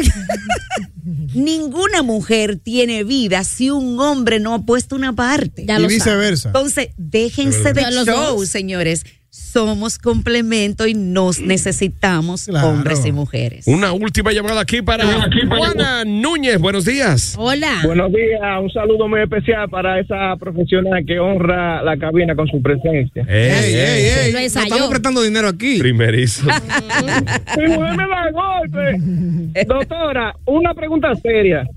[SPEAKER 5] ninguna mujer tiene vida si un hombre no ha puesto una parte.
[SPEAKER 4] Ya
[SPEAKER 6] y
[SPEAKER 4] lo sabe.
[SPEAKER 6] viceversa.
[SPEAKER 5] Entonces, déjense de
[SPEAKER 4] Ya los
[SPEAKER 5] show,
[SPEAKER 4] dos.
[SPEAKER 5] señores. Somos complemento y nos necesitamos
[SPEAKER 6] Claro.
[SPEAKER 5] hombres y mujeres.
[SPEAKER 2] Mm. Una última llamada aquí para Juana Núñez. Buenos días.
[SPEAKER 4] Hola.
[SPEAKER 7] Buenos días, un saludo muy especial para esa profesional que honra la cabina con su presencia.
[SPEAKER 6] Ey, ey, ey,
[SPEAKER 4] Lo
[SPEAKER 6] no
[SPEAKER 4] ensayó.
[SPEAKER 6] estamos prestando dinero aquí.
[SPEAKER 2] Primerizo.
[SPEAKER 7] Mi mujer me da golpe. Doctora, una pregunta seria.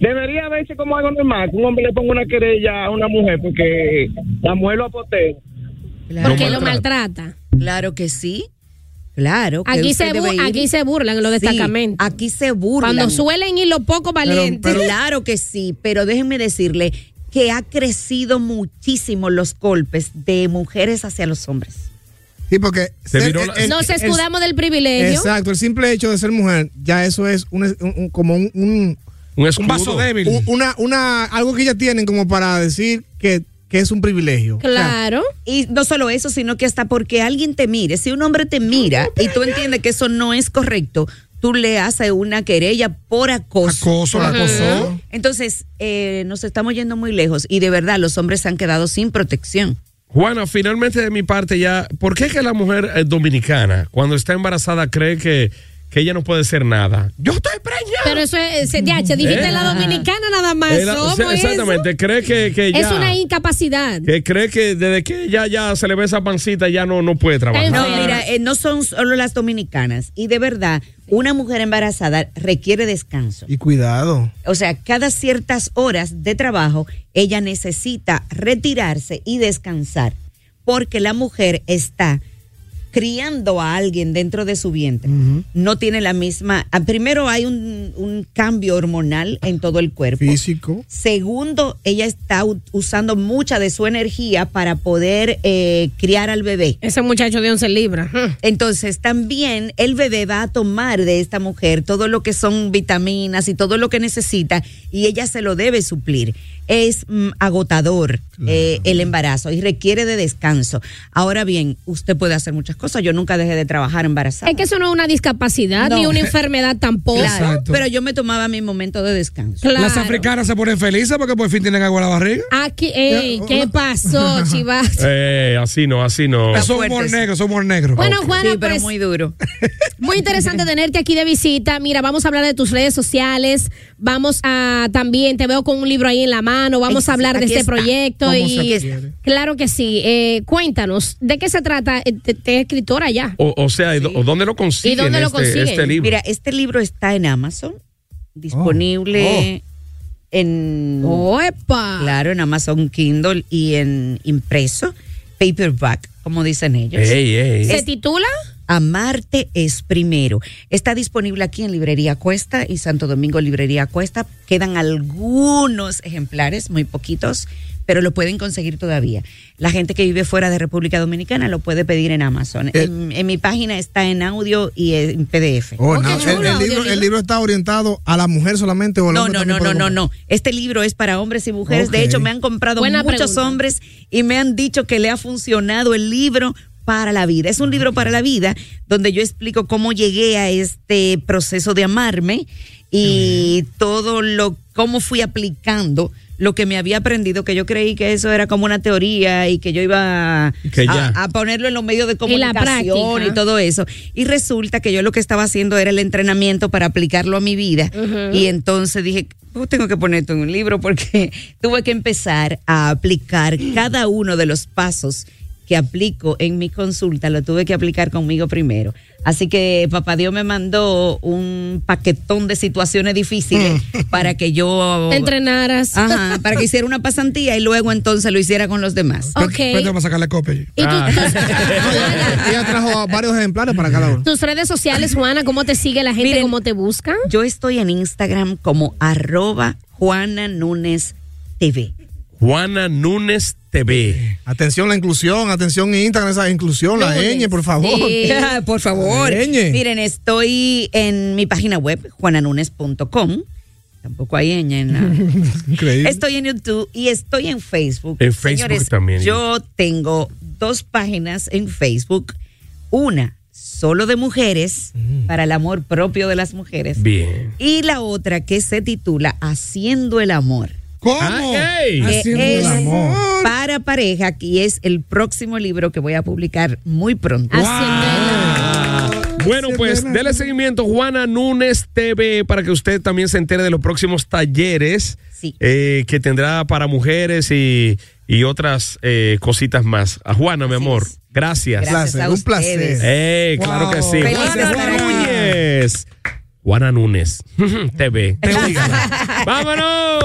[SPEAKER 7] Debería verse como algo normal que un hombre le ponga una querella a una mujer porque la mujer lo apotea.
[SPEAKER 5] Claro,
[SPEAKER 4] Porque lo
[SPEAKER 2] maltrata.
[SPEAKER 4] maltrata.
[SPEAKER 5] claro que sí. Claro. que
[SPEAKER 4] Aquí
[SPEAKER 5] usted
[SPEAKER 4] se, bu-
[SPEAKER 5] debe ir.
[SPEAKER 4] aquí se burlan en los
[SPEAKER 5] Sí,
[SPEAKER 4] destacamentos.
[SPEAKER 5] Aquí se burlan.
[SPEAKER 4] Cuando suelen ir los pocos valientes.
[SPEAKER 5] claro que sí, pero déjenme decirle que ha crecido muchísimo los golpes de mujeres hacia los hombres.
[SPEAKER 6] Sí, porque
[SPEAKER 2] Se viró la-
[SPEAKER 4] Nos escudamos del privilegio.
[SPEAKER 6] Exacto, el simple hecho de ser mujer, ya eso es un, un- un- como un, un-
[SPEAKER 2] Un escudo.
[SPEAKER 3] vaso débil.
[SPEAKER 6] un- una, una, algo que ya tienen como para decir que, que es un privilegio.
[SPEAKER 4] Claro.
[SPEAKER 5] Y no solo eso, sino que hasta porque alguien te mire, si un hombre te mira y tú entiendes que eso no es correcto, tú le haces una querella por acoso.
[SPEAKER 3] Acoso, la acosó.
[SPEAKER 5] Entonces, eh, nos estamos yendo muy lejos y de verdad los hombres se han quedado sin protección.
[SPEAKER 2] Juana, finalmente de mi parte ya, ¿por qué que la mujer eh, dominicana, cuando está embarazada, cree que, que ella no puede hacer nada? Yo estoy preñada.
[SPEAKER 4] Pero eso es, eh, DH, dijiste
[SPEAKER 2] Eh.
[SPEAKER 4] la dominicana nada más.
[SPEAKER 2] Eh, la- o sea,
[SPEAKER 4] ¿cómo es
[SPEAKER 2] exactamente, cree que, que
[SPEAKER 4] eso?
[SPEAKER 2] ya...
[SPEAKER 4] Es una incapacidad.
[SPEAKER 2] que cree que desde que ya, ya se le ve esa pancita, ya no, no puede trabajar.
[SPEAKER 5] No,
[SPEAKER 4] Ah.
[SPEAKER 5] mira, eh, no son solo las dominicanas. Y de verdad, una mujer embarazada requiere descanso.
[SPEAKER 6] Y cuidado.
[SPEAKER 5] O sea, cada ciertas horas de trabajo, ella necesita retirarse y descansar. Porque la mujer está criando a alguien dentro de su vientre. No tiene la misma. ah, Primero, hay un, un cambio hormonal en todo el cuerpo.
[SPEAKER 6] Físico.
[SPEAKER 5] Segundo, ella está u- usando mucha de su energía para poder eh, criar al bebé.
[SPEAKER 4] Ese muchacho de 11 libras. Hm.
[SPEAKER 5] Entonces también el bebé va a tomar de esta mujer todo lo que son vitaminas y todo lo que necesita y ella se lo debe suplir. Es mm, agotador eh, el embarazo y requiere de descanso. Ahora bien, usted puede hacer muchas cosas. Yo nunca dejé de trabajar embarazada.
[SPEAKER 4] Es que eso no es una discapacidad
[SPEAKER 5] No.
[SPEAKER 4] ni una enfermedad tampoco.
[SPEAKER 5] Claro,
[SPEAKER 3] Exacto.
[SPEAKER 5] pero yo me tomaba mi momento de descanso.
[SPEAKER 4] Claro.
[SPEAKER 3] Las africanas se ponen felices porque por fin tienen agua en la barriga.
[SPEAKER 4] Aquí, ey, ¿qué pasó, chivas?
[SPEAKER 2] Eh, así no, así no.
[SPEAKER 5] Está
[SPEAKER 3] Eso es humor
[SPEAKER 5] fuerte, sí.
[SPEAKER 3] negro, eso es humor negro.
[SPEAKER 4] Bueno, Juana,
[SPEAKER 5] sí, pero
[SPEAKER 4] pues,
[SPEAKER 5] muy duro.
[SPEAKER 4] Muy interesante tenerte aquí de visita. Mira, vamos a hablar de tus redes sociales. Vamos a también, te veo con un libro ahí en la mano. Vamos a hablar de
[SPEAKER 5] Aquí
[SPEAKER 4] este
[SPEAKER 5] está.
[SPEAKER 4] proyecto.
[SPEAKER 5] Vamos, aquí
[SPEAKER 4] y
[SPEAKER 5] está.
[SPEAKER 4] Claro que sí. Eh, cuéntanos, ¿de qué se trata? Eh, te, te es escritora ya.
[SPEAKER 2] O, o sea, ¿y do- o ¿dónde lo consiguen?
[SPEAKER 4] dónde lo
[SPEAKER 2] este,
[SPEAKER 4] consiguen?
[SPEAKER 2] este libro?
[SPEAKER 5] Mira, este libro está en Amazon, disponible en...
[SPEAKER 4] ¡Opa!
[SPEAKER 5] Claro, en Amazon Kindle y en impreso, paperback, como dicen ellos.
[SPEAKER 2] Ey, ey.
[SPEAKER 4] ¿Se titula?
[SPEAKER 5] Amarte es primero. Está disponible aquí en Librería Cuesta y Santo Domingo Librería Cuesta. Quedan algunos ejemplares, muy poquitos, pero lo pueden conseguir todavía. La gente que vive fuera de República Dominicana lo puede pedir en Amazon. en, en mi página está en audio y en PDF.
[SPEAKER 6] Oh,
[SPEAKER 4] qué
[SPEAKER 6] no, el,
[SPEAKER 4] chulo,
[SPEAKER 6] el libro,
[SPEAKER 4] audiolibro.
[SPEAKER 6] el libro está orientado a la mujer solamente o al
[SPEAKER 5] No,
[SPEAKER 6] hombre
[SPEAKER 5] no,
[SPEAKER 6] también
[SPEAKER 5] no, no,
[SPEAKER 6] puede
[SPEAKER 5] no,
[SPEAKER 6] comprar.
[SPEAKER 5] no. Este libro es para hombres y mujeres.
[SPEAKER 6] Ok.
[SPEAKER 5] De hecho, me han comprado
[SPEAKER 4] Buena
[SPEAKER 5] muchos
[SPEAKER 4] pregunta.
[SPEAKER 5] hombres y me han dicho que le ha funcionado el libro para la vida. Es un libro para la vida donde yo explico cómo llegué a este proceso de amarme y todo lo, cómo fui aplicando lo que me había aprendido, que yo creí que eso era como una teoría y que yo iba a,
[SPEAKER 2] Que ya.
[SPEAKER 5] a ponerlo en los medios de
[SPEAKER 4] Y la
[SPEAKER 5] comunicación
[SPEAKER 4] práctica.
[SPEAKER 5] y todo eso. Y resulta que yo lo que estaba haciendo era el entrenamiento para aplicarlo a mi vida. Y entonces dije, "Pues tengo que poner esto en un libro porque tuve que empezar a aplicar cada uno de los pasos que aplico en mi consulta, lo tuve que aplicar conmigo primero. Así que papá Dios me mandó un paquetón de situaciones difíciles para que yo
[SPEAKER 4] Te entrenaras.
[SPEAKER 5] Ajá, para que hiciera una pasantía y luego entonces lo hiciera con los demás.
[SPEAKER 4] Ok.
[SPEAKER 3] Vete, vamos a sacarle copia. allí.
[SPEAKER 4] ¿Y tú-
[SPEAKER 2] Ah.
[SPEAKER 4] Ah,
[SPEAKER 6] Ella, ella trajo varios ejemplares para cada uno.
[SPEAKER 4] tus redes sociales, Juana? ¿Cómo te sigue la gente?
[SPEAKER 5] Miren,
[SPEAKER 4] ¿Cómo te busca?
[SPEAKER 5] Yo estoy en Instagram como arroba Juana Núñez TV.
[SPEAKER 2] Juana Núñez TV.
[SPEAKER 6] Atención la inclusión, atención Instagram, esa inclusión, la
[SPEAKER 4] Lunes.
[SPEAKER 6] ñ, por favor.
[SPEAKER 4] Sí.
[SPEAKER 5] Ah, Por favor.
[SPEAKER 6] Leñe.
[SPEAKER 5] Miren, estoy en mi página web, juananunes.com. Tampoco hay ñ en nada.
[SPEAKER 8] Increíble.
[SPEAKER 5] Estoy en YouTube y estoy en Facebook.
[SPEAKER 2] En Facebook también.
[SPEAKER 5] Yo tengo dos páginas en Facebook. Una solo de mujeres, para el amor propio de las mujeres.
[SPEAKER 2] Mm. Bien.
[SPEAKER 5] Y la otra que se titula Haciendo el amor.
[SPEAKER 3] ¿Cómo?
[SPEAKER 2] Ah,
[SPEAKER 4] Eh,
[SPEAKER 2] ey.
[SPEAKER 5] que
[SPEAKER 3] Haciendo el
[SPEAKER 5] es
[SPEAKER 3] amor.
[SPEAKER 5] Eh, para pareja, que es el próximo libro que voy a publicar muy pronto.
[SPEAKER 9] Haciendo el amor.
[SPEAKER 2] Bueno, pues dele seguimiento Juana Núñez TV para que usted también se entere de los próximos talleres
[SPEAKER 5] Sí.
[SPEAKER 2] eh, que tendrá para mujeres y, y otras eh, cositas más. A Juana, mi
[SPEAKER 5] Así
[SPEAKER 2] amor,
[SPEAKER 5] es.
[SPEAKER 2] gracias.
[SPEAKER 5] Gracias
[SPEAKER 8] placer,
[SPEAKER 5] a
[SPEAKER 8] un placer.
[SPEAKER 5] ustedes.
[SPEAKER 2] Eh, claro
[SPEAKER 3] Wow.
[SPEAKER 2] que sí.
[SPEAKER 5] Feliz
[SPEAKER 2] Juana
[SPEAKER 5] Navidad.
[SPEAKER 2] Núñez. Juana Núñez TV. ¡Vámonos!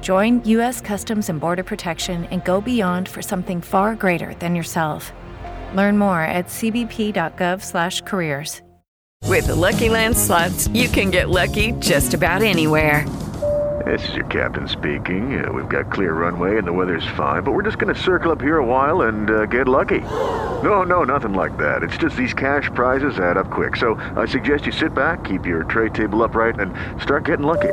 [SPEAKER 10] Join U.S. Customs and Border Protection and go beyond for something far greater than yourself. Learn more at cbp.gov/careers.
[SPEAKER 11] With the Lucky Land slots, you can get lucky just about anywhere.
[SPEAKER 4] This is your captain speaking. Uh, we've got clear runway and the weather's fine, but we're just going to circle up here a while and uh, get lucky. No, no, nothing like that. It's just these cash prizes add up quick. So I suggest you sit back, keep your tray table upright, and start getting lucky.